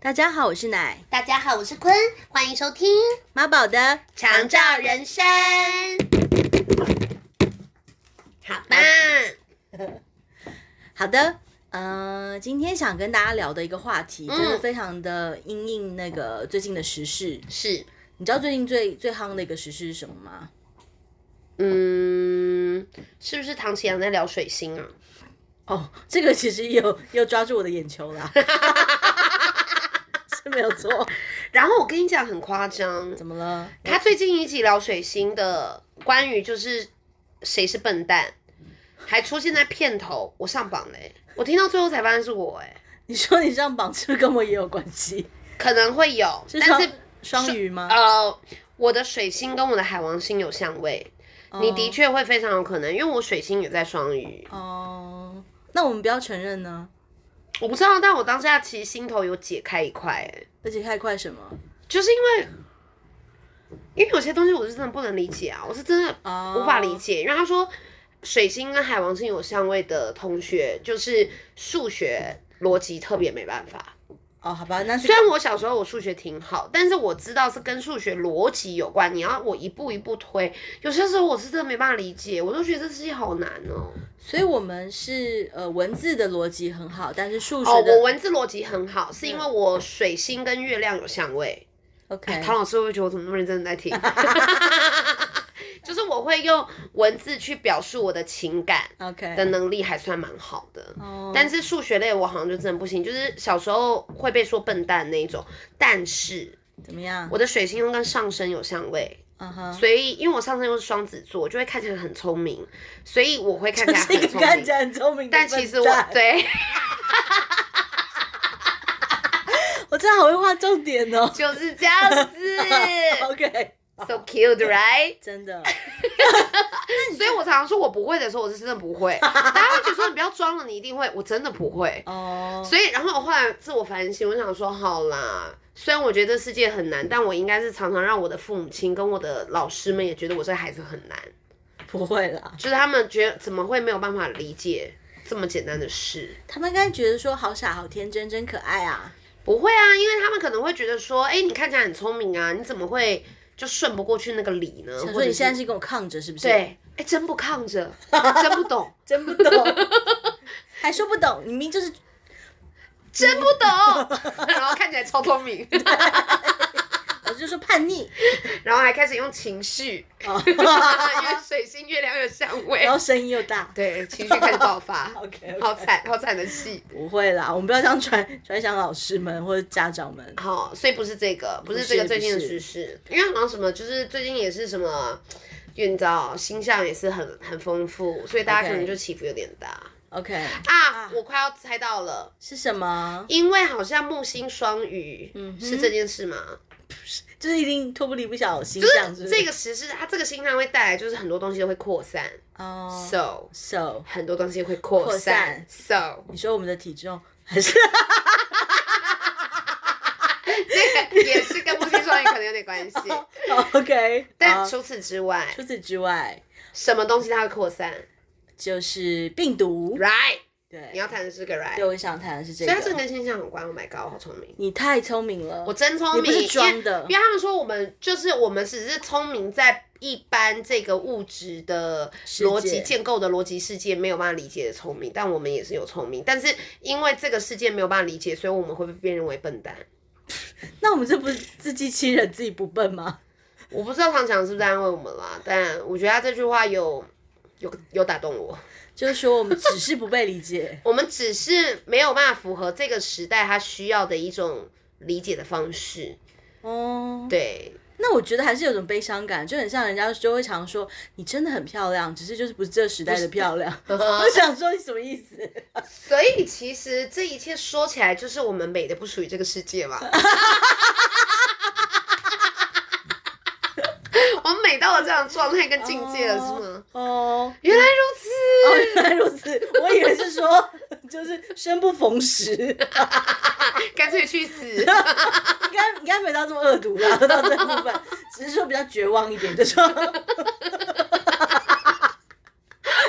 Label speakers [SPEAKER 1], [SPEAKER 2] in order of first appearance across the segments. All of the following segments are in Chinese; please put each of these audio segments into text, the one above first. [SPEAKER 1] 大家好，我是奶
[SPEAKER 2] 大家好，我是坤，欢迎收听《
[SPEAKER 1] 妈宝的
[SPEAKER 2] 长照人生》。好吧，
[SPEAKER 1] 好的，呃，今天想跟大家聊的一个话题，
[SPEAKER 2] 嗯
[SPEAKER 1] 真的非常的因应那个最近的时事。
[SPEAKER 2] 是，
[SPEAKER 1] 你知道最近最最夯的一个时事是什么吗？
[SPEAKER 2] 嗯，是不是唐启阳在聊水星啊？
[SPEAKER 1] 哦，这个其实有又 抓住我的眼球 啦，是没有错。
[SPEAKER 2] 然后我跟你讲，很夸张，
[SPEAKER 1] 怎么了？
[SPEAKER 2] 他最近一集聊水星的，关于就是谁是笨蛋，还出现在片头，我上榜嘞、欸我听到最后才发现是我哎、
[SPEAKER 1] 你说你上榜是不是跟我也有关系？
[SPEAKER 2] 可能会有，
[SPEAKER 1] 是
[SPEAKER 2] 但
[SPEAKER 1] 双
[SPEAKER 2] 是
[SPEAKER 1] 双鱼吗？
[SPEAKER 2] 呃，我的水星跟我的海王星有相位，你
[SPEAKER 1] 哦
[SPEAKER 2] 的确会非常有可能，因为我水星也在双鱼，
[SPEAKER 1] 哦，那我们不要承认呢，
[SPEAKER 2] 我不知道，但我当下其实心头有解开一块、欸，
[SPEAKER 1] 而且太快什么？
[SPEAKER 2] 就是因为，因为有些东西我是真的不能理解啊，我是真的
[SPEAKER 1] 哦
[SPEAKER 2] 无法理解，因为他说水星跟海王星有相位的同学，就是数学逻辑特别没办法。
[SPEAKER 1] 哦，好吧，那是
[SPEAKER 2] 虽然我小时候我数学挺好，但是我知道是跟数学逻辑有关，你要我一步一步推，有些时候我是真的没办法理解，我都觉得这世界好难哦。
[SPEAKER 1] 所以我们是呃文字的逻辑很好，但是数
[SPEAKER 2] 哦，
[SPEAKER 1] 学的、嗯
[SPEAKER 2] 我文字逻辑很好，是因为我水星跟月亮有相位。哎
[SPEAKER 1] OK，
[SPEAKER 2] 唐老师会觉得我怎么那么认真 在听？就是我会用文字去表述我的情感
[SPEAKER 1] OK，
[SPEAKER 2] 的能力还算蛮好的。
[SPEAKER 1] 哦
[SPEAKER 2] 但是数学类我好像就真的不行，就是小时候会被说笨蛋那一种。但是
[SPEAKER 1] 怎么样？
[SPEAKER 2] 我的水星又跟上升有相位，
[SPEAKER 1] 嗯哼，
[SPEAKER 2] 所以因为我上升又是双子座，就会看起来很聪明，所以我会看 起来
[SPEAKER 1] 这
[SPEAKER 2] 很
[SPEAKER 1] 个
[SPEAKER 2] 聪
[SPEAKER 1] 看
[SPEAKER 2] 明
[SPEAKER 1] 起。来很聪明的
[SPEAKER 2] 但
[SPEAKER 1] 笨蛋，
[SPEAKER 2] 其实我对，
[SPEAKER 1] 我真的好会画重点哦。
[SPEAKER 2] 就是这样子
[SPEAKER 1] OK，
[SPEAKER 2] ，so cute right？
[SPEAKER 1] 真 的，
[SPEAKER 2] 所以我常常说我不会的时候，我是真的不会。大家会觉得说你不要装了，你一定会，我真的不会。
[SPEAKER 1] 哦，
[SPEAKER 2] 所以，然后我后来自我反省，我想说，好啦，虽然我觉得这世界很难，但我应该是常常让我的父母亲跟我的老师们也觉得我这孩子很难，
[SPEAKER 1] 不会啦，
[SPEAKER 2] 就是他们觉得怎么会没有办法理解这么简单的事？
[SPEAKER 1] 他们应该觉得说好傻、好天真、真可爱啊。
[SPEAKER 2] 不会啊，因为他们可能会觉得说，哎，你看起来很聪明啊，你怎么会就顺不过去那个理呢？
[SPEAKER 1] 想说
[SPEAKER 2] 或者
[SPEAKER 1] 你
[SPEAKER 2] 是
[SPEAKER 1] 现在是跟我抗着是不是？，
[SPEAKER 2] 对，哎，真不 抗着，真不懂，
[SPEAKER 1] 真不懂， 还说不懂，你明明就是
[SPEAKER 2] 真不懂， 然后看起来超 聪明。
[SPEAKER 1] 我呃就说叛逆，
[SPEAKER 2] 然后还开始用情绪，
[SPEAKER 1] 哦
[SPEAKER 2] 因为水星、月亮有相位
[SPEAKER 1] 然，后声音又大。，
[SPEAKER 2] 对，情绪开始爆发
[SPEAKER 1] OK，OK
[SPEAKER 2] 好惨，好惨的戏。
[SPEAKER 1] 不会啦，我们不要这样传传向老师们或者家长们。
[SPEAKER 2] 好，所以不是这个，不是这
[SPEAKER 1] 不是
[SPEAKER 2] 个最近的
[SPEAKER 1] 不是
[SPEAKER 2] 趋势，因为好像什么，就是最近也是什么，就你知道，星象也是很很丰富，所以大
[SPEAKER 1] OK
[SPEAKER 2] 家可能就起伏有点大
[SPEAKER 1] OK，
[SPEAKER 2] 啊。嗯我快要猜到了，
[SPEAKER 1] 是什么？
[SPEAKER 2] 因为好像木星双鱼，是这件事吗？
[SPEAKER 1] 就是一定脱不离不了形象，是不是
[SPEAKER 2] 这个时事，它这个星象会带来就是很多东西都会扩散
[SPEAKER 1] 哦、
[SPEAKER 2] ，so。
[SPEAKER 1] so
[SPEAKER 2] 很多东西会扩散。So，
[SPEAKER 1] 你说我们的体重 还是
[SPEAKER 2] 这个也是跟木星双鱼可能有点关系。
[SPEAKER 1] OK，
[SPEAKER 2] 但
[SPEAKER 1] 好
[SPEAKER 2] 除此之外，
[SPEAKER 1] 除此之外
[SPEAKER 2] 什么东西它会扩散
[SPEAKER 1] 就是病毒，
[SPEAKER 2] ？Right，你
[SPEAKER 1] 对，
[SPEAKER 2] 要谈的是这个 right，
[SPEAKER 1] 对我想谈的是这
[SPEAKER 2] 所以它这个
[SPEAKER 1] 个。
[SPEAKER 2] 跟现象有关。Oh my god，我好聪明，
[SPEAKER 1] 你太聪明了，
[SPEAKER 2] 我真聪
[SPEAKER 1] 你不
[SPEAKER 2] 明，
[SPEAKER 1] 是装的
[SPEAKER 2] 因为因为他们说我们就是我们只是聪明在。一般这个物质的
[SPEAKER 1] 世界
[SPEAKER 2] 逻辑建构的逻辑世界没有办法理解的聪明，但我们也是有聪明，但是因为这个世界没有办法理解，所以我们会被辨认为笨蛋。
[SPEAKER 1] 那我们这不是自欺欺人，自己不笨吗？
[SPEAKER 2] 我不知道唐强是不是在安慰我们啦，但我觉得他这句话有有有打动我。，
[SPEAKER 1] 就是说我们只是不被理解
[SPEAKER 2] 我们只是没有办法符合这个时代他需要的一种理解的方式。
[SPEAKER 1] 哦，
[SPEAKER 2] 对，
[SPEAKER 1] 那我觉得还是有种悲伤感，就很像人家就会常说你真的很漂亮，只是就是不是这时代的漂 亮。我想说你什么意思？
[SPEAKER 2] 所以其实这一切说起来，就是我们美的不属于这个世 界嘛。我们美到了这样的状态跟境界了，是吗？
[SPEAKER 1] 哦，
[SPEAKER 2] 原来如此。
[SPEAKER 1] 哦，原来如此，我以为是说就是生不逢时，应
[SPEAKER 2] 干脆 去死！
[SPEAKER 1] 该应该没到这么恶毒啦，到这部分，只是说比较绝望一点，就说，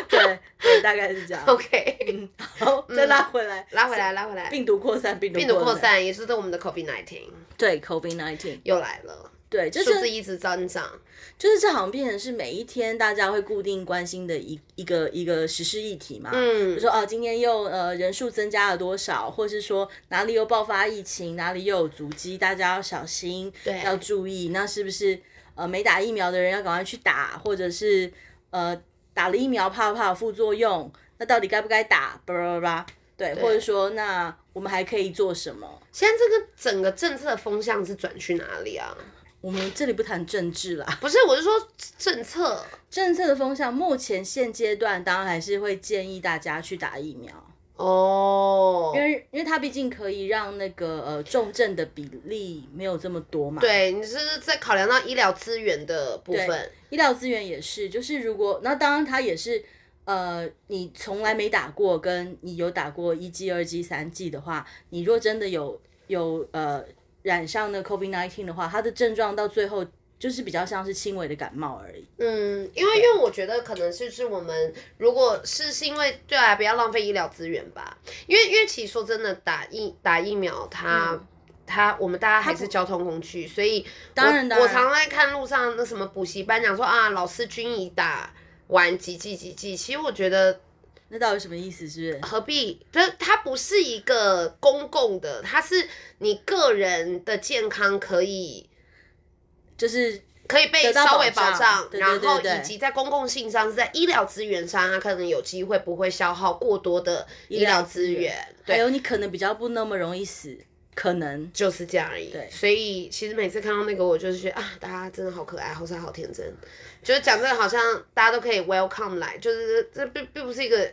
[SPEAKER 1] 对对大概是这样。
[SPEAKER 2] OK，
[SPEAKER 1] 嗯，好，再拉回来，
[SPEAKER 2] 拉回来，拉回来，
[SPEAKER 1] 病毒扩散，病毒
[SPEAKER 2] 病毒扩，散也是对我们的 COVID nineteen
[SPEAKER 1] 对 COVID nineteen，
[SPEAKER 2] 又来了，
[SPEAKER 1] 对，就
[SPEAKER 2] 数字
[SPEAKER 1] 是
[SPEAKER 2] 一直增长，
[SPEAKER 1] 就是这好像变成是每一天大家会固定关心的一一个一个时事议题嘛。
[SPEAKER 2] 嗯
[SPEAKER 1] 就，说哦，今天又呃人数增加了多少，或是说哪里又爆发疫情，哪里又有足迹，大家要小心，
[SPEAKER 2] 对
[SPEAKER 1] 要注意。那是不是呃没打疫苗的人要赶快去打，或者是呃打了疫苗怕不怕有副作用？那到底该不该打？巴拉巴拉，对，或者说那我们还可以做什么？
[SPEAKER 2] 现在这个整个政策的风向是转去哪里啊？
[SPEAKER 1] 我们这里不谈政治啦，
[SPEAKER 2] 不是，我是说政策，
[SPEAKER 1] 政策的风向目前现阶段当然还是会建议大家去打疫苗。
[SPEAKER 2] 哦，
[SPEAKER 1] 因为因为它毕竟可以让那个呃重症的比例没有这么多嘛。，
[SPEAKER 2] 对，你是在考量到医疗资源的部分，
[SPEAKER 1] 医疗资源也是，就是如果那当然它也是呃，你从来没打过，跟你有打过一剂、二剂、三剂的话，你若真的有有呃染上那 COVID nineteen 的话，它的症状到最后就是比较像是轻微的感冒而已。
[SPEAKER 2] 嗯，因为因为我觉得可能是是我们如果是是因为对啊，不要浪费医疗资源吧，因为因为其实说真的，打疫打疫苗它。
[SPEAKER 1] 嗯
[SPEAKER 2] 它我们大家还是交通工具，所以
[SPEAKER 1] 当然当
[SPEAKER 2] 我
[SPEAKER 1] 然
[SPEAKER 2] 常在看路上那什么补习班讲说啊，老师均已打完几剂几剂，其实我觉得
[SPEAKER 1] 那到底什么意思？是不是？
[SPEAKER 2] 何必？它它不是一个公共的，它是你个人的健康可以
[SPEAKER 1] 就是
[SPEAKER 2] 可以被
[SPEAKER 1] 得到
[SPEAKER 2] 稍微
[SPEAKER 1] 保
[SPEAKER 2] 保
[SPEAKER 1] 障
[SPEAKER 2] 障，
[SPEAKER 1] 对对
[SPEAKER 2] 然后
[SPEAKER 1] 对对
[SPEAKER 2] 以及在公共性上，是在医疗资源上，它可能有机会不会消耗过多的医疗资
[SPEAKER 1] 医疗
[SPEAKER 2] 源，
[SPEAKER 1] 还
[SPEAKER 2] 对，
[SPEAKER 1] 有你可能比较不那么容易死，可能
[SPEAKER 2] 就是这样而已。
[SPEAKER 1] 对
[SPEAKER 2] 所以其实每次看到那个，我就是觉得啊，大家真的好可爱，好傻，好天真，就是讲这个好像大家都可以 welcome 来，就是这并并不是一个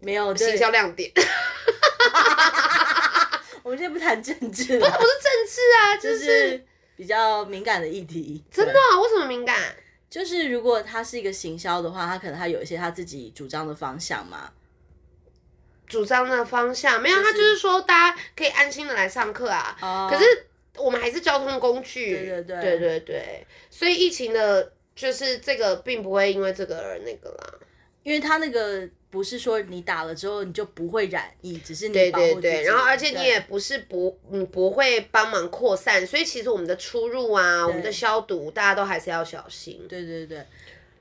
[SPEAKER 1] 没有对
[SPEAKER 2] 行销亮点，
[SPEAKER 1] 我们现在不谈政治 了，
[SPEAKER 2] 不是政治啊，就、
[SPEAKER 1] 就是是比较敏感的议题。
[SPEAKER 2] 真的
[SPEAKER 1] 对，
[SPEAKER 2] 啊、为什么敏感？
[SPEAKER 1] 就是如果他是一个行销的话，他可能他有一些他自己主张的方向嘛。
[SPEAKER 2] 主张的方向没有，
[SPEAKER 1] 就是
[SPEAKER 2] 他就是说大家可以安心的来上课啊，
[SPEAKER 1] 哦
[SPEAKER 2] 可是我们还是交通工具，
[SPEAKER 1] 对对对
[SPEAKER 2] 对对对所以疫情的，就是这个并不会因为这个而那个啦，
[SPEAKER 1] 因为他那个不是说你打了之后你就不会染疫，只是嗯
[SPEAKER 2] 对
[SPEAKER 1] 你保护
[SPEAKER 2] 对
[SPEAKER 1] 自己。
[SPEAKER 2] 对，然后而且你
[SPEAKER 1] 对
[SPEAKER 2] 也不是不，你不会帮忙扩散，所以其实我们的出入啊，我们的消毒，大家都还是要小心。
[SPEAKER 1] 对对对，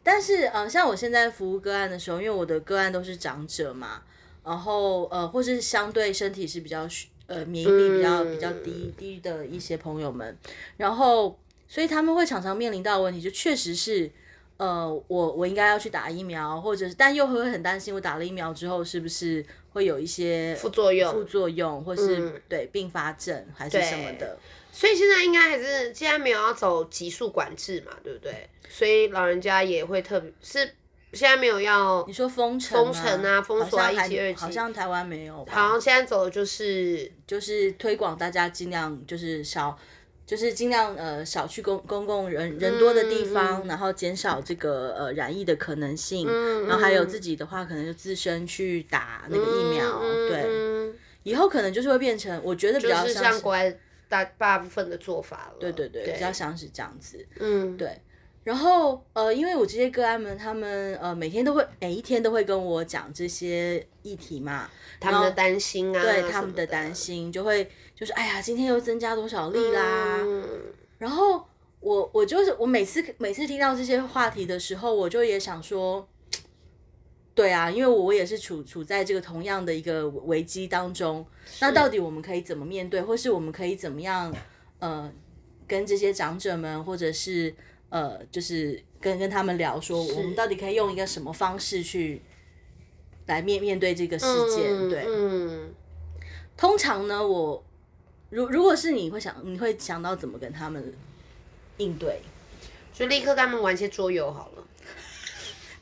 [SPEAKER 1] 但是呃，像我现在服务个案的时候，因为我的个案都是长者嘛，然后呃，或是相对身体是比较虚呃免疫力比较
[SPEAKER 2] 嗯
[SPEAKER 1] 比较低低的一些朋友们，然后所以他们会常常面临到的问题，就确实是。呃，我我应该要去打疫苗，或者是，但又会很担心，我打了疫苗之后是不是会有一些
[SPEAKER 2] 副作用
[SPEAKER 1] 副作用，或是、
[SPEAKER 2] 嗯
[SPEAKER 1] 对并发症还是什么的？
[SPEAKER 2] 所以现在应该还是现在没有要走急速管制嘛，对不对？所以老人家也会特别是现在没有要
[SPEAKER 1] 你，说封城、
[SPEAKER 2] 封城啊封锁啊
[SPEAKER 1] 好像
[SPEAKER 2] 一级
[SPEAKER 1] 还
[SPEAKER 2] 二级
[SPEAKER 1] 好像台湾没有吧，
[SPEAKER 2] 好像现在走的就是
[SPEAKER 1] 就是推广大家尽量就是少，就是尽量呃少去公公共人人多的地
[SPEAKER 2] 嗯
[SPEAKER 1] 方，然后减少这个呃染疫的可能性。
[SPEAKER 2] 嗯
[SPEAKER 1] 然后还有自己的话，可能就自身去打那个疫苗。
[SPEAKER 2] 嗯
[SPEAKER 1] 对，
[SPEAKER 2] 嗯
[SPEAKER 1] 以后可能就是会变成，我觉得比较
[SPEAKER 2] 就是
[SPEAKER 1] 像
[SPEAKER 2] 像
[SPEAKER 1] 是
[SPEAKER 2] 国外大大部分的做法了。对
[SPEAKER 1] 对对，比较像是这样子。
[SPEAKER 2] 嗯，
[SPEAKER 1] 对。然后呃，因为我这些个案们，他们呃每天都会每一天都会跟我讲这些议题嘛，
[SPEAKER 2] 他们的担心啊，对
[SPEAKER 1] 对他们的担心啊就会就是哎呀，今天又增加多少例啦，
[SPEAKER 2] 嗯，
[SPEAKER 1] 然后我我就是我每次每次听到这些话题的时候，我就也想说，对啊，因为我也是处处在这个同样的一个危机当中，那到底我们可以怎么面对，或是我们可以怎么样呃跟这些长者们，或者是呃就是跟跟他们聊说，我们到底可以用一个什么方式去。来面面对这个事件，
[SPEAKER 2] 嗯
[SPEAKER 1] 对，
[SPEAKER 2] 嗯，
[SPEAKER 1] 通常呢，我如如果是你会想，你会想到怎么跟他们应对？
[SPEAKER 2] 就立刻跟他们玩一些桌游好了。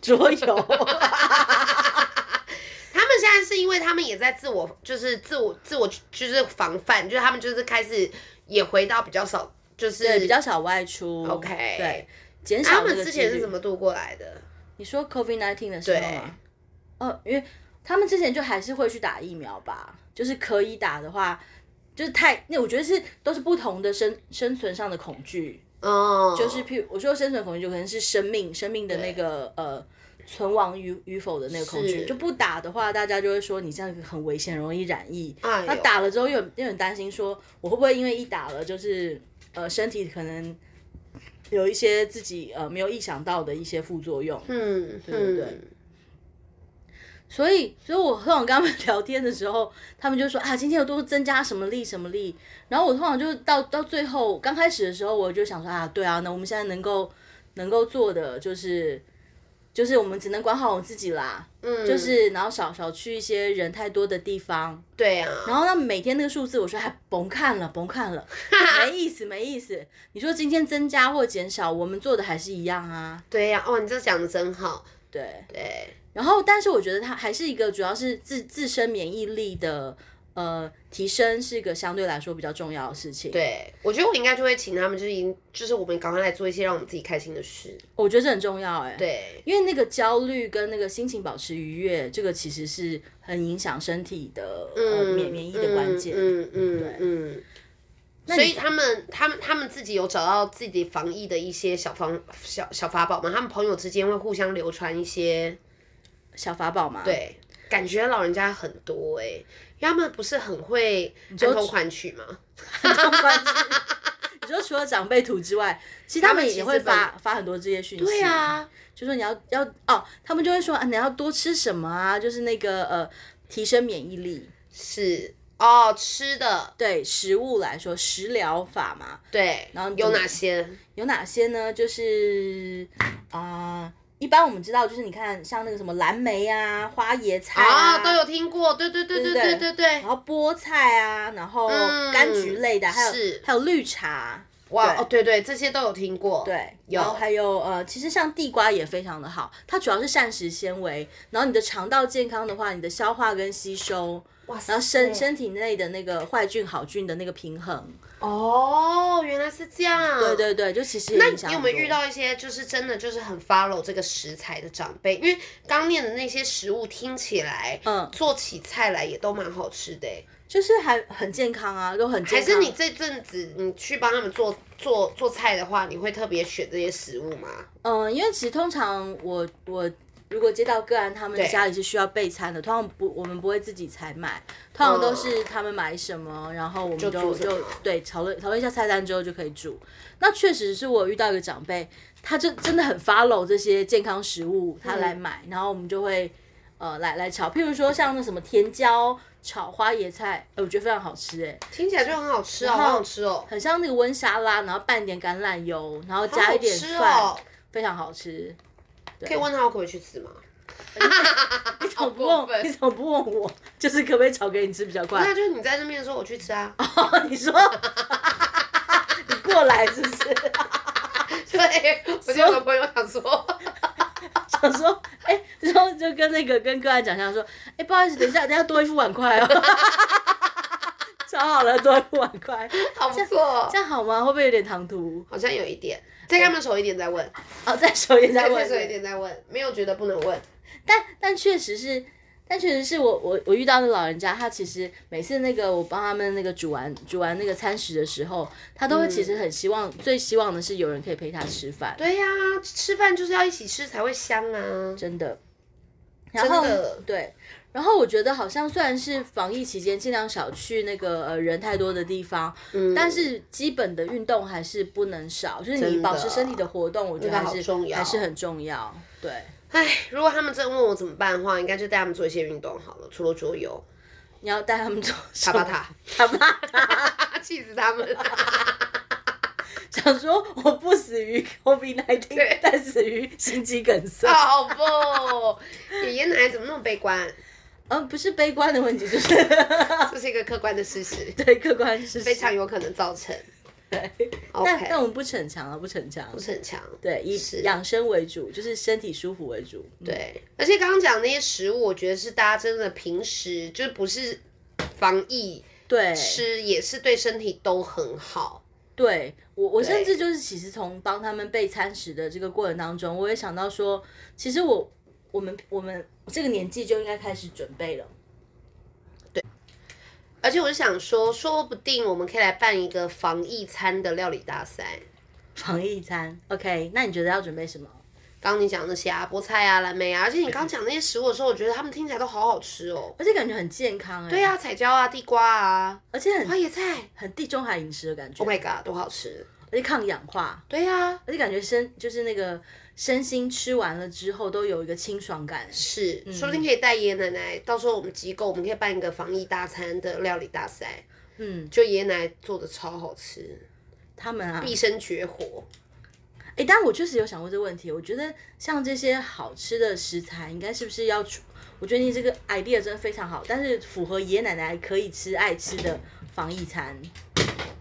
[SPEAKER 1] 桌 游，
[SPEAKER 2] 他们现在是因为他们也在自我，就是自我自我就是防范，就是他们就是开始也回到比较少，就是
[SPEAKER 1] 对，比较少外出。
[SPEAKER 2] OK
[SPEAKER 1] 对，减
[SPEAKER 2] 他
[SPEAKER 1] 少这
[SPEAKER 2] 们
[SPEAKER 1] 个
[SPEAKER 2] 之
[SPEAKER 1] 几
[SPEAKER 2] 前是
[SPEAKER 1] 率
[SPEAKER 2] 怎？么度过来的？
[SPEAKER 1] 你说 COVID nineteen 的时候吗？哦，因为他们之前就还是会去打疫苗吧，就是可以打的话，就是太那我觉得是都是不同的生生存上的恐惧，
[SPEAKER 2] 哦，
[SPEAKER 1] 就是譬如我说生存恐惧，就可能是生命生命的那个呃存亡与与否的那个恐惧，
[SPEAKER 2] 是
[SPEAKER 1] 就不打的话，大家就会说你这样很危险，容易染疫。
[SPEAKER 2] 哎
[SPEAKER 1] 那
[SPEAKER 2] 呦
[SPEAKER 1] 打了之后又很又很担心，说我会不会因为一打了，就是呃身体可能有一些自己呃没有意想到的一些副作用。
[SPEAKER 2] 嗯，对
[SPEAKER 1] 对对所以，所以我通常跟他们聊天的时候，他们就说啊，今天有多增加什么力什么力。然后我通常就到到最后刚开始的时候，我就想说啊，对啊，那我们现在能够能够做的就是就是我们只能管好我们自己啦，
[SPEAKER 2] 嗯，
[SPEAKER 1] 就是然后少少去一些人太多的地方。
[SPEAKER 2] 对啊，
[SPEAKER 1] 然后他们每天那个数字，我说哎，甭看了，甭看了，没意思，没意思。你说今天增加或减少，我们做的还是一样啊，
[SPEAKER 2] 对呀、哦，你这讲的真好，
[SPEAKER 1] 对。
[SPEAKER 2] 对，
[SPEAKER 1] 然后，但是我觉得它还是一个主要是自自身免疫力的呃提升，是一个相对来说比较重要的事情。，
[SPEAKER 2] 对，我觉得我应该就会请他们，就是赢，就是我们赶快来做一些让我们自己开心的事，
[SPEAKER 1] 我觉得这很重要哎、，
[SPEAKER 2] 对，
[SPEAKER 1] 因为那个焦虑跟那个心情保持愉悦，这个其实是很影响身体的、呃免免疫的关键。
[SPEAKER 2] 嗯嗯嗯嗯所以他们、他们、他们自己有找到自己防疫的一些小方、小小法宝吗？他们朋友之间会互相流传一些，
[SPEAKER 1] 小法宝嘛， 对，
[SPEAKER 2] 对，感觉老人家很多哎、因为他们不是很会安头款曲吗？
[SPEAKER 1] 你说除了长辈图之外，其实他们
[SPEAKER 2] 他们其
[SPEAKER 1] 也
[SPEAKER 2] 实
[SPEAKER 1] 会发发很多这些讯息。对
[SPEAKER 2] 对，啊，
[SPEAKER 1] 就说你要要哦，他们就会说啊，你要多吃什么啊，就是那个呃提升免疫力。
[SPEAKER 2] 是哦，吃的，
[SPEAKER 1] 对食物来说，食疗法嘛，
[SPEAKER 2] 对，然
[SPEAKER 1] 后
[SPEAKER 2] 有
[SPEAKER 1] 怎么
[SPEAKER 2] 哪些？
[SPEAKER 1] 有哪些呢？就是啊、一般我们知道，就是你看像那个什么蓝莓啊、花椰菜啊，
[SPEAKER 2] 啊，都有听过，对对对对
[SPEAKER 1] 对
[SPEAKER 2] 对对对
[SPEAKER 1] 然，后菠菜啊，然后
[SPEAKER 2] 嗯
[SPEAKER 1] 柑橘类的，还有
[SPEAKER 2] 是
[SPEAKER 1] 还有绿茶，
[SPEAKER 2] 哇，哦，对对，这些都有听过，
[SPEAKER 1] 对，
[SPEAKER 2] 有
[SPEAKER 1] 然后还有呃，其实像地瓜也非常的好，它主要是膳食纤维，然后你的肠道健康的话，你的消化跟吸收，
[SPEAKER 2] 哇塞，
[SPEAKER 1] 然后身身体内的那个坏菌好菌的那个平衡，
[SPEAKER 2] 哦，原来是这样，
[SPEAKER 1] 对。对对，就其实
[SPEAKER 2] 那
[SPEAKER 1] 那
[SPEAKER 2] 你有没有遇到一些就是真的就是很 follow 这个食材的长辈？因为刚念的那些食物听起来，
[SPEAKER 1] 嗯
[SPEAKER 2] 做起菜来也都蛮好吃的欸、
[SPEAKER 1] 就是还很健康啊，都很健
[SPEAKER 2] 还
[SPEAKER 1] 康。
[SPEAKER 2] 是你这阵子你去帮他们做做做菜的话，你会特别选这些食物吗？
[SPEAKER 1] 嗯，因为其实通常我我如果接到个案，他们
[SPEAKER 2] 对
[SPEAKER 1] 家里是需要备餐的，通常不我们不会自己采买，通常都
[SPEAKER 2] 嗯
[SPEAKER 1] 是他们买什么，然后我们就
[SPEAKER 2] 做什
[SPEAKER 1] 就
[SPEAKER 2] 么
[SPEAKER 1] 对讨论讨论一下菜单之后就可以煮。那确实是我遇到一个长辈，他就真的很 follow 这些健康食物，他
[SPEAKER 2] 嗯
[SPEAKER 1] 来买，然后我们就会呃来来炒，譬如说像那什么甜椒炒花椰菜，呃我觉得非常好吃哎、
[SPEAKER 2] 听起来就很好吃哦，好好吃哦，
[SPEAKER 1] 很像那个温沙拉，然后拌一点橄榄油，然后
[SPEAKER 2] 好
[SPEAKER 1] 加
[SPEAKER 2] 好
[SPEAKER 1] 一点
[SPEAKER 2] 吃
[SPEAKER 1] 饭，
[SPEAKER 2] 哦。
[SPEAKER 1] 非常好吃。
[SPEAKER 2] 可以问他我可不可以去吃吗？
[SPEAKER 1] 你怎么不
[SPEAKER 2] 好过
[SPEAKER 1] 问？
[SPEAKER 2] 分
[SPEAKER 1] 你怎么不问我？就是可不可以炒给你吃比较快
[SPEAKER 2] 那？啊就是你在那边的时候我去吃啊。
[SPEAKER 1] 哦你说，你过来是不是？
[SPEAKER 2] 对，我就有个朋友 想说，
[SPEAKER 1] 想说，哎、然后就跟那个跟个案讲，想说，哎、不好意思，等一下，等一下多一副碗筷哦。 炒好了，多一副碗筷，
[SPEAKER 2] 好不错
[SPEAKER 1] 这，样好吗？会不会有点唐突？
[SPEAKER 2] 好像有一点，再跟他们熟一点再问，
[SPEAKER 1] 哦，再熟一点，再
[SPEAKER 2] 再
[SPEAKER 1] 问
[SPEAKER 2] 熟一点再问，没有觉得不能问。
[SPEAKER 1] 但但确实是，但确实是我我我遇到的老人家，他其实每次那个我帮他们那个煮完煮完那个餐食的时候，他都会其实很希望，最希望的是有人可以陪他吃饭，
[SPEAKER 2] 嗯对呀、吃饭就是要一起吃才会香啊。
[SPEAKER 1] 真的。然后
[SPEAKER 2] 真的
[SPEAKER 1] 对，然后我觉得好像虽然是防疫期间尽量少去那个呃人太多的地方，
[SPEAKER 2] 嗯，
[SPEAKER 1] 但是基本的运动还是不能少，就是
[SPEAKER 2] 真
[SPEAKER 1] 你
[SPEAKER 2] 的
[SPEAKER 1] 保持身体的活动，我觉得
[SPEAKER 2] 那个
[SPEAKER 1] 还是
[SPEAKER 2] 好重要
[SPEAKER 1] 还是很重要。对，
[SPEAKER 2] 唉，如果他们真问我怎么办的话，应该就带他们做一些运动好了，除了桌游、
[SPEAKER 1] 你要带他们做
[SPEAKER 2] 塔
[SPEAKER 1] 塔
[SPEAKER 2] 巴塔，
[SPEAKER 1] 塔巴
[SPEAKER 2] 气死哦他们。
[SPEAKER 1] 想说我不死于 COVID 19，但死于心肌梗塞。
[SPEAKER 2] 好不，爷爷奶奶怎么那么悲观？
[SPEAKER 1] 嗯，不是悲观的问题，就是
[SPEAKER 2] 这是一个客观的事实，
[SPEAKER 1] 对客观事实。
[SPEAKER 2] 非常有可能造成。
[SPEAKER 1] 对，但但
[SPEAKER 2] OK，
[SPEAKER 1] 我们不逞强啊，不逞强
[SPEAKER 2] 不。是很强。
[SPEAKER 1] 对，以
[SPEAKER 2] 是
[SPEAKER 1] 养生为主，就是身体舒服为主。嗯对，
[SPEAKER 2] 对，而且刚刚讲那些食物，我觉得是大家真的平时就是不是防疫
[SPEAKER 1] 对，
[SPEAKER 2] 吃，也是对身体都很好。
[SPEAKER 1] 对我，我甚
[SPEAKER 2] 对
[SPEAKER 1] 至就是其实从帮他们备餐食的这个过程当中，我也想到说，其实我我们我们这个年纪就应该开始准备了。
[SPEAKER 2] 而且我就想说，说不定我们可以来办一个防疫餐的料理大赛。
[SPEAKER 1] 防疫餐，OK？那你觉得要准备什么？
[SPEAKER 2] 刚你讲那些啊，菠菜啊、蓝莓啊，而且你刚讲那些食物的时候，我觉得它们听起来都好好吃哦。
[SPEAKER 1] 而且感觉很健康哎、
[SPEAKER 2] 对，啊，彩椒啊、地瓜啊、
[SPEAKER 1] 而且
[SPEAKER 2] 花
[SPEAKER 1] 很
[SPEAKER 2] 椰菜
[SPEAKER 1] 很地中海饮食的感觉
[SPEAKER 2] ，Oh my god，都好吃。
[SPEAKER 1] 而且抗氧化，
[SPEAKER 2] 对啊，
[SPEAKER 1] 而且感觉身就是那个身心吃完了之后都有一个清爽感。
[SPEAKER 2] 是，
[SPEAKER 1] 嗯
[SPEAKER 2] 说不定可以带爷爷奶奶，到时候我们机构我们可以办一个防疫大餐的料理大赛，
[SPEAKER 1] 嗯，
[SPEAKER 2] 就爷爷奶奶做的超好吃，
[SPEAKER 1] 他们啊，
[SPEAKER 2] 毕生绝活。
[SPEAKER 1] 哎、但我确实有想过这个问题。我觉得像这些好吃的食材，应该是不是要出？我觉得你这个 idea 真的非常好，但是符合爷爷奶奶可以吃、爱吃的防疫餐。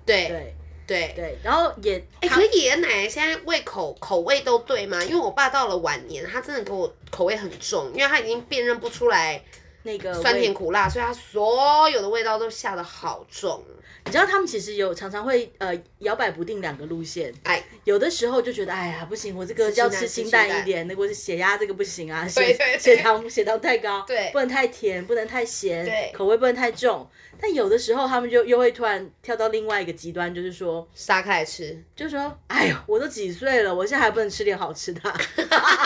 [SPEAKER 2] 对
[SPEAKER 1] 对
[SPEAKER 2] 对
[SPEAKER 1] 对，然后也
[SPEAKER 2] 哎、
[SPEAKER 1] 他
[SPEAKER 2] 可是爷爷奶奶现在胃口口味都对吗？因为我爸到了晚年，他真的给我口味很重，因为他已经辨认不出来
[SPEAKER 1] 那个
[SPEAKER 2] 酸甜
[SPEAKER 1] 味，
[SPEAKER 2] 苦辣，所以他所有的味道都下的好重。
[SPEAKER 1] 你知道他们其实有常常会呃摇摆不定两个路线。
[SPEAKER 2] 哎，啊
[SPEAKER 1] 有的时候就觉得，哎呀，不行，我这个
[SPEAKER 2] 吃清
[SPEAKER 1] 要
[SPEAKER 2] 淡
[SPEAKER 1] 吃
[SPEAKER 2] 吃
[SPEAKER 1] 清
[SPEAKER 2] 清
[SPEAKER 1] 淡
[SPEAKER 2] 淡
[SPEAKER 1] 一点，那个是血压这个不行啊，
[SPEAKER 2] 对
[SPEAKER 1] 血
[SPEAKER 2] 对对
[SPEAKER 1] 血糖血糖太高，
[SPEAKER 2] 对
[SPEAKER 1] 不能太甜，不能太咸
[SPEAKER 2] 对，
[SPEAKER 1] 口味不能太重。但有的时候他们就又会突然跳到另外一个极端，就是说，
[SPEAKER 2] 杀开来吃，
[SPEAKER 1] 就说，哎呦，我都几岁了，我现在还不能吃点好吃的啊、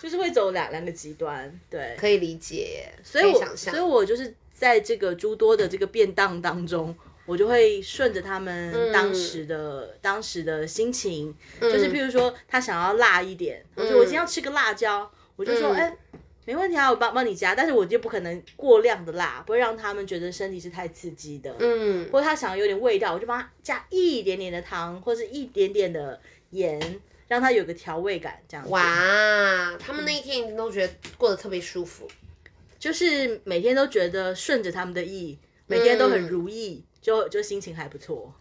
[SPEAKER 1] 就是会走两两个极端，对，
[SPEAKER 2] 可以理解耶，
[SPEAKER 1] 所以
[SPEAKER 2] 可以
[SPEAKER 1] 我
[SPEAKER 2] 想象
[SPEAKER 1] 所以我就是在这个诸多的这个便当当中。我就会顺着他
[SPEAKER 2] 嗯
[SPEAKER 1] 们当时的、当时的心情，
[SPEAKER 2] 嗯
[SPEAKER 1] 就是譬如说他想要辣一点，我说我今天要吃个辣椒，我就说
[SPEAKER 2] 嗯
[SPEAKER 1] 哎、没问题啊，我帮帮你加，但是我就不可能过量的辣，不会让他们觉得身体是太刺激的。嗯，
[SPEAKER 2] 嗯，
[SPEAKER 1] 或者他想要有点味道，我就帮他加一点点的糖或是一点点的盐，让它有个调味感，这样子。
[SPEAKER 2] 哇，啊他们那一天一定都觉得过得特别舒服。
[SPEAKER 1] 就是每天都觉得顺着他们的意，每天都很
[SPEAKER 2] 嗯
[SPEAKER 1] 如意，就就心情还不错。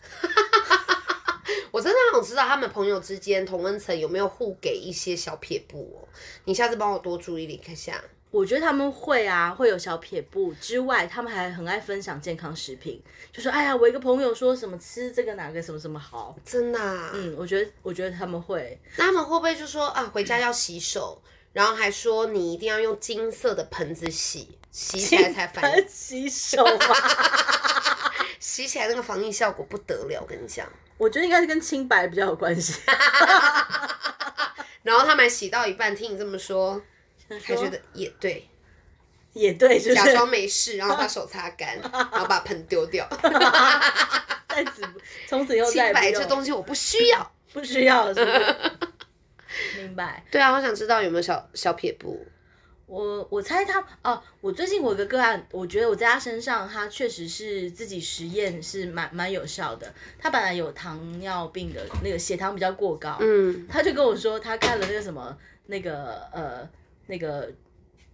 [SPEAKER 2] 我真的好想知道他们朋友之间同温层有没有互给一些小撇步哦。你下次帮我多注意一下。
[SPEAKER 1] 我觉得他们会啊，会有小撇步之外，他们还很爱分享健康食品，就说哎呀，我一个朋友说什么吃这个哪个什么什么好，
[SPEAKER 2] 真的、啊，
[SPEAKER 1] 嗯，我觉得我觉得他们会，
[SPEAKER 2] 那他们会不会就说啊，回家要洗手，然后还说你一定要用金色的盆子洗，洗起来才反，
[SPEAKER 1] 洗手嘛，
[SPEAKER 2] 洗起来那个防疫效果不得了，我跟你讲。
[SPEAKER 1] 我觉得应该是跟清白比较有关系。
[SPEAKER 2] 然后他们还洗到一半，听你这么说，还觉得也对，
[SPEAKER 1] 也对，就是
[SPEAKER 2] 假 装没事，然后把手擦 干，然后把盆丢掉。
[SPEAKER 1] 在此不从此以后
[SPEAKER 2] 清
[SPEAKER 1] 再
[SPEAKER 2] 白
[SPEAKER 1] 也不
[SPEAKER 2] 这
[SPEAKER 1] 用
[SPEAKER 2] 东西我不需要。
[SPEAKER 1] 不需要了，是不是？ 明白。
[SPEAKER 2] 对啊，我想知道有没有小小撇步。
[SPEAKER 1] 我我猜他哦，我最近我有个个案，我觉得我在他身上，他确实是自己实验是蛮蛮有效的。他本来有糖尿病的那个血糖比较过高，
[SPEAKER 2] 嗯，
[SPEAKER 1] 他就跟我说他看了那个什么那个呃那个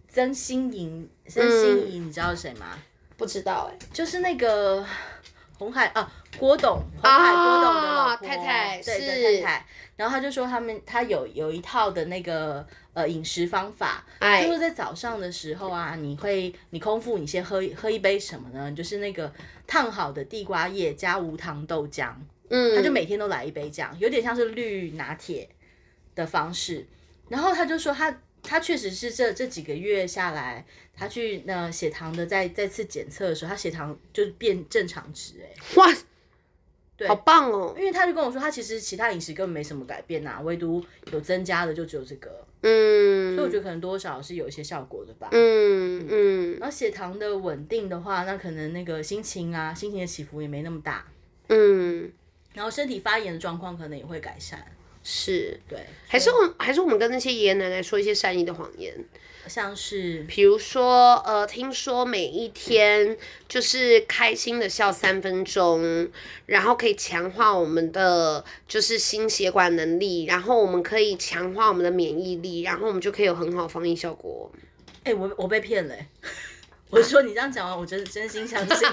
[SPEAKER 1] 曾心莹，曾心莹、你知道是谁吗？
[SPEAKER 2] 不知道哎、
[SPEAKER 1] 就是那个红海啊，郭董，红海郭董的老婆、
[SPEAKER 2] 啊太太
[SPEAKER 1] 对
[SPEAKER 2] 是
[SPEAKER 1] 对太太。然后他就说他们他有有一套的那个呃饮食方法，
[SPEAKER 2] 哎
[SPEAKER 1] 就是在早上的时候啊，你会你空腹你先喝一喝一杯什么呢？就是那个烫好的地瓜叶加无糖豆浆，
[SPEAKER 2] 嗯，
[SPEAKER 1] 他就每天都来一杯这样，有点像是绿拿铁的方式。然后他就说他他确实是这这几个月下来，他去那血糖的再再次检测的时候，他血糖就变正常值哎、
[SPEAKER 2] 哇，
[SPEAKER 1] 对
[SPEAKER 2] 好棒哦。
[SPEAKER 1] 因为他就跟我说他其实其他饮食根本没什么改变呐、唯独有增加的就只有这个，
[SPEAKER 2] 嗯，
[SPEAKER 1] 所以我觉得可能多少是有一些效果的吧。
[SPEAKER 2] 嗯嗯
[SPEAKER 1] 然后血糖的稳定的话，那可能那个心情啊，心情的起伏也没那么大，
[SPEAKER 2] 嗯，
[SPEAKER 1] 然后身体发炎的状况可能也会改善。
[SPEAKER 2] 是。
[SPEAKER 1] 对，
[SPEAKER 2] 还是我们还是我们跟那些爷爷奶奶说一些善意的谎言，
[SPEAKER 1] 像是
[SPEAKER 2] 比如说，呃，听说每一天就是开心的笑三分钟，然后可以强化我们的就是心血管能力，然后我们可以强化我们的免疫力，然后我们就可以有很好的防疫效果。
[SPEAKER 1] 哎、我我被骗了、欸。我说你这样讲完，我真真心相 信。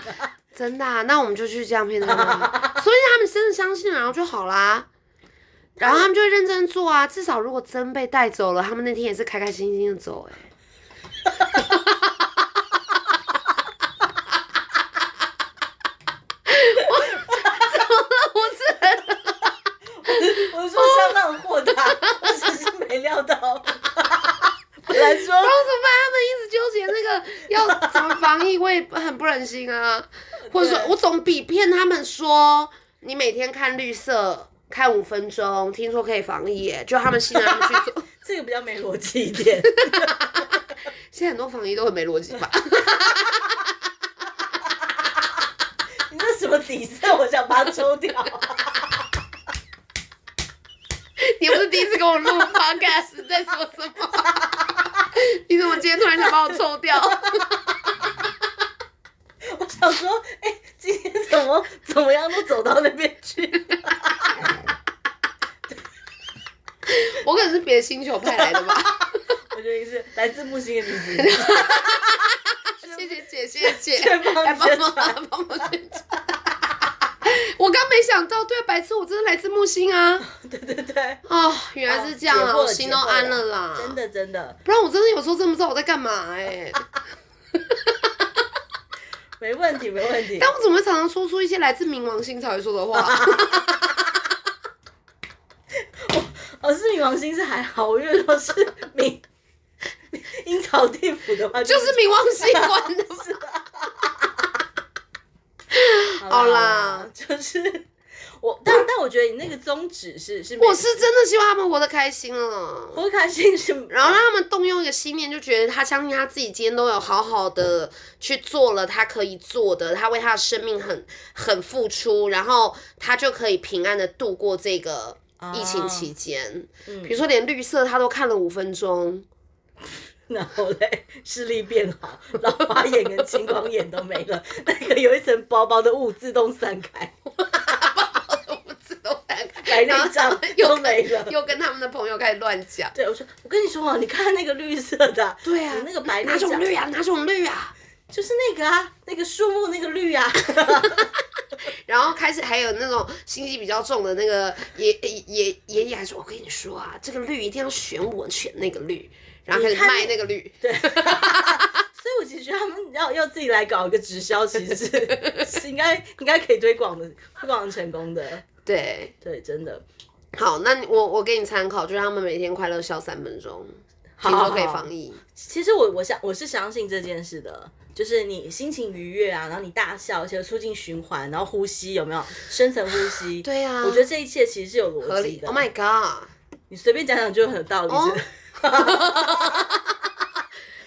[SPEAKER 2] 真的、啊，那我们就去这样骗他们啊，所以他们真的相信了，然后就好啦。然后他们就会认真做啊，至少如果真被带走了，他们那天也是开开心心的走、欸。
[SPEAKER 1] 我说相当豁达，啊我只是没料 到。本来说
[SPEAKER 2] 然后怎么办？他们一直纠结那个要怎么防疫，我也很不忍心啊。或者说，
[SPEAKER 1] 对
[SPEAKER 2] 我总比骗他们说哎你每天看绿色看五分钟，听说可以防疫、欸，就他们信让他们去做。
[SPEAKER 1] 这个比较没逻辑一点。
[SPEAKER 2] 现在很多防疫都很没逻辑吧？
[SPEAKER 1] 你那什么底色？我想把它抽掉、啊。
[SPEAKER 2] 你不是第一次跟我录 podcast，你在说什么？ 你怎么今天突然想把我抽掉？
[SPEAKER 1] 我想说，哎、今天怎么怎么样都走到那边去？
[SPEAKER 2] 我可能是别的星球派来的吧？
[SPEAKER 1] 我觉得是来自木星的名字。
[SPEAKER 2] 谢谢姐，谢谢 姐，
[SPEAKER 1] 先帮
[SPEAKER 2] 来
[SPEAKER 1] 你
[SPEAKER 2] 帮
[SPEAKER 1] 宣
[SPEAKER 2] 忙，
[SPEAKER 1] 传
[SPEAKER 2] 来帮我宣传。我刚没想到，对，啊白痴，我真的来自木星啊！
[SPEAKER 1] 对对对，
[SPEAKER 2] 哦，原来是这样
[SPEAKER 1] 解
[SPEAKER 2] 啊，
[SPEAKER 1] 惑了
[SPEAKER 2] 我心都安了啦。
[SPEAKER 1] 真，的真的
[SPEAKER 2] 不然我真的有时候真不知道我在干嘛 哎、
[SPEAKER 1] 没问题没问题
[SPEAKER 2] 但。我怎么会常常说出一些来自冥王星才会说的 话？
[SPEAKER 1] 哦，是冥王星是还好，因为都是冥阴曹地府的话，
[SPEAKER 2] 就是冥王星管的嘛。好啦，
[SPEAKER 1] 就是我，但但我觉得你那个宗旨是是没，
[SPEAKER 2] 我是真的希望他们活得开心了。
[SPEAKER 1] 我开心是，
[SPEAKER 2] 然后让他们动用一个信念，就觉得他相信他自己今天都有好好的去做了他可以做的，他为他的生命很很付出，然后他就可以平安的度过这个疫情期间。
[SPEAKER 1] 啊嗯
[SPEAKER 2] 比如说连绿色他都看了五分钟，
[SPEAKER 1] 然后嘞视力变好，老花眼跟青光眼都没了，那个有一层薄薄的雾自动散开，
[SPEAKER 2] 我自动翻
[SPEAKER 1] 来
[SPEAKER 2] 开，然
[SPEAKER 1] 那
[SPEAKER 2] 后
[SPEAKER 1] 一张
[SPEAKER 2] 又
[SPEAKER 1] 又没了。
[SPEAKER 2] 又跟他们的朋友开始乱讲。
[SPEAKER 1] 对，我说，我跟你说哦，你看那个绿色的啊，
[SPEAKER 2] 对啊
[SPEAKER 1] 你，那个白
[SPEAKER 2] 哪
[SPEAKER 1] 内
[SPEAKER 2] 种
[SPEAKER 1] 障
[SPEAKER 2] 绿啊？哪种绿啊？
[SPEAKER 1] 就是那个啊，那个树木那个绿啊，
[SPEAKER 2] 然后开始还有那种心机比较重的那个爷爷爷爷爷还说：“我跟你说啊，这个绿一定要选我选那个绿。”然后开始
[SPEAKER 1] 你看
[SPEAKER 2] 卖那个绿，
[SPEAKER 1] 对，所以我其实觉得他们要要自己来搞一个直销，其实 是是应该应该可以推广的，推广成功的，
[SPEAKER 2] 对，
[SPEAKER 1] 对，真的，
[SPEAKER 2] 好，那你我我给你参考，就是他们每天快乐笑三分钟，
[SPEAKER 1] 好
[SPEAKER 2] 听说
[SPEAKER 1] 好
[SPEAKER 2] 可以防疫，
[SPEAKER 1] 其实我我相我是相信这件事的，就是你心情愉悦啊，然后你大笑，而且促进循环，然后呼吸有没有深层呼吸？
[SPEAKER 2] 对啊
[SPEAKER 1] 我觉得这一切其实是有
[SPEAKER 2] 合
[SPEAKER 1] 逻辑
[SPEAKER 2] 理。
[SPEAKER 1] 的。
[SPEAKER 2] Oh my god！
[SPEAKER 1] 你随便讲讲就很有道理。
[SPEAKER 2] 哦
[SPEAKER 1] 真的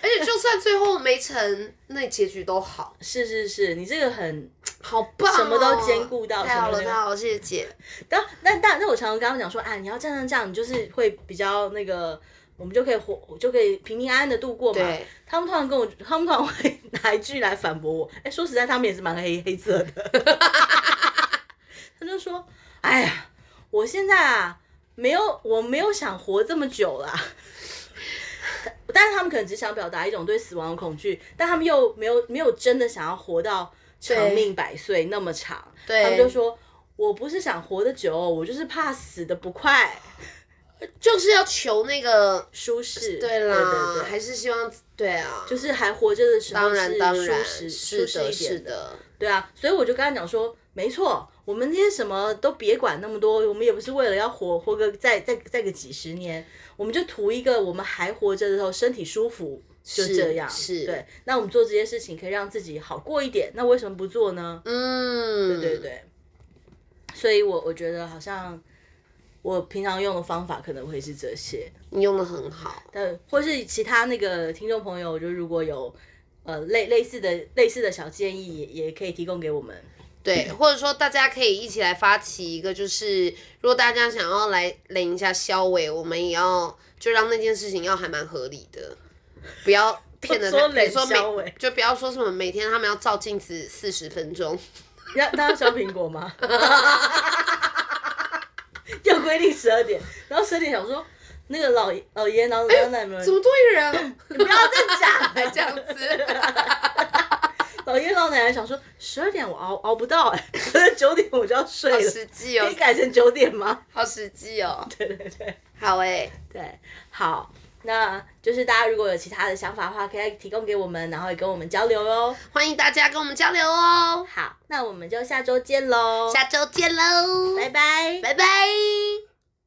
[SPEAKER 2] 而且就算最后没成，那结局都好，
[SPEAKER 1] 是是是，你这个很，
[SPEAKER 2] 好棒、哦，
[SPEAKER 1] 什么都兼顾到
[SPEAKER 2] 太好
[SPEAKER 1] 什么
[SPEAKER 2] 了，
[SPEAKER 1] 都
[SPEAKER 2] 太好了，谢谢姐。
[SPEAKER 1] 但但但但我常常跟他们讲说，啊，你要这样这样，你就是会比较那个，我们就可以活，就可以平平安安的度过嘛
[SPEAKER 2] 对。
[SPEAKER 1] 他们通常跟我，他们通常会 拿一句来反驳我。哎，说实在，他们也是蛮黑黑色的。 他就说，哎呀，我现在啊，没有，我没有想活这么久啦。 但是他们可能只想表达一种对死亡的恐惧，但他们又没有没有真的想要活到长
[SPEAKER 2] 对
[SPEAKER 1] 命百岁那么长。
[SPEAKER 2] 对
[SPEAKER 1] 他们就说：“我不是想活得久，我就是怕死的不快、
[SPEAKER 2] 就是要求那个，
[SPEAKER 1] 舒适。”
[SPEAKER 2] 对啦，
[SPEAKER 1] 对对对，
[SPEAKER 2] 还是希望对啊，
[SPEAKER 1] 就是还活着的时候
[SPEAKER 2] 当
[SPEAKER 1] 是
[SPEAKER 2] 然当然
[SPEAKER 1] 舒适舒
[SPEAKER 2] 是
[SPEAKER 1] 适
[SPEAKER 2] 的，
[SPEAKER 1] 一
[SPEAKER 2] 是
[SPEAKER 1] 点的，
[SPEAKER 2] 的，
[SPEAKER 1] 对啊。所以我就跟他讲说：“没错，我们这些什么都别管那么多，我们也不是为了要活活个再再再个几十年，我们就图一个我们还活着的时候身体舒服。”就是这样，
[SPEAKER 2] 是
[SPEAKER 1] 对。那我们做这些事情可以让自己好过一点，那为什么不做呢？
[SPEAKER 2] 嗯，
[SPEAKER 1] 对对对，所以我我觉得好像我平常用的方法可能会是这些，
[SPEAKER 2] 你用的很好，
[SPEAKER 1] 但或是其他那个听众朋友，就如果有呃类类似的类似的小建议，也也可以提供给我们。
[SPEAKER 2] 对，或者说大家可以一起来发起一个，就是如果大家想要来领一下消尾，我们也要就让那件事情要还蛮合理的，不要骗了他，
[SPEAKER 1] 说
[SPEAKER 2] 比如
[SPEAKER 1] 冷
[SPEAKER 2] 说
[SPEAKER 1] 消
[SPEAKER 2] 每
[SPEAKER 1] 尾
[SPEAKER 2] 就不要说什么每天他们要照镜子四十分钟，
[SPEAKER 1] 要大家削苹果吗？ 又规定十二点，然后十二点想说那个老爷老爷老老奶奶们，
[SPEAKER 2] 哎怎么多一个人
[SPEAKER 1] 你不要再讲
[SPEAKER 2] 还
[SPEAKER 1] 了
[SPEAKER 2] 这 样子？
[SPEAKER 1] 老爷老奶奶想说十二点我熬熬不到哎、可能九点我就要睡
[SPEAKER 2] 好
[SPEAKER 1] 了，
[SPEAKER 2] 实际
[SPEAKER 1] 可
[SPEAKER 2] 哦
[SPEAKER 1] 以，改成九点吗？
[SPEAKER 2] 好实际哦，
[SPEAKER 1] 对对对
[SPEAKER 2] 好哎、
[SPEAKER 1] 对，好，那就是大家如果有其他的想法的话，可以提供给我们，然后也跟我们交流哦。
[SPEAKER 2] 欢迎大家跟我们交流哦，
[SPEAKER 1] 好，那我们就下周见喽，
[SPEAKER 2] 下周见喽，
[SPEAKER 1] 拜拜。
[SPEAKER 2] 拜拜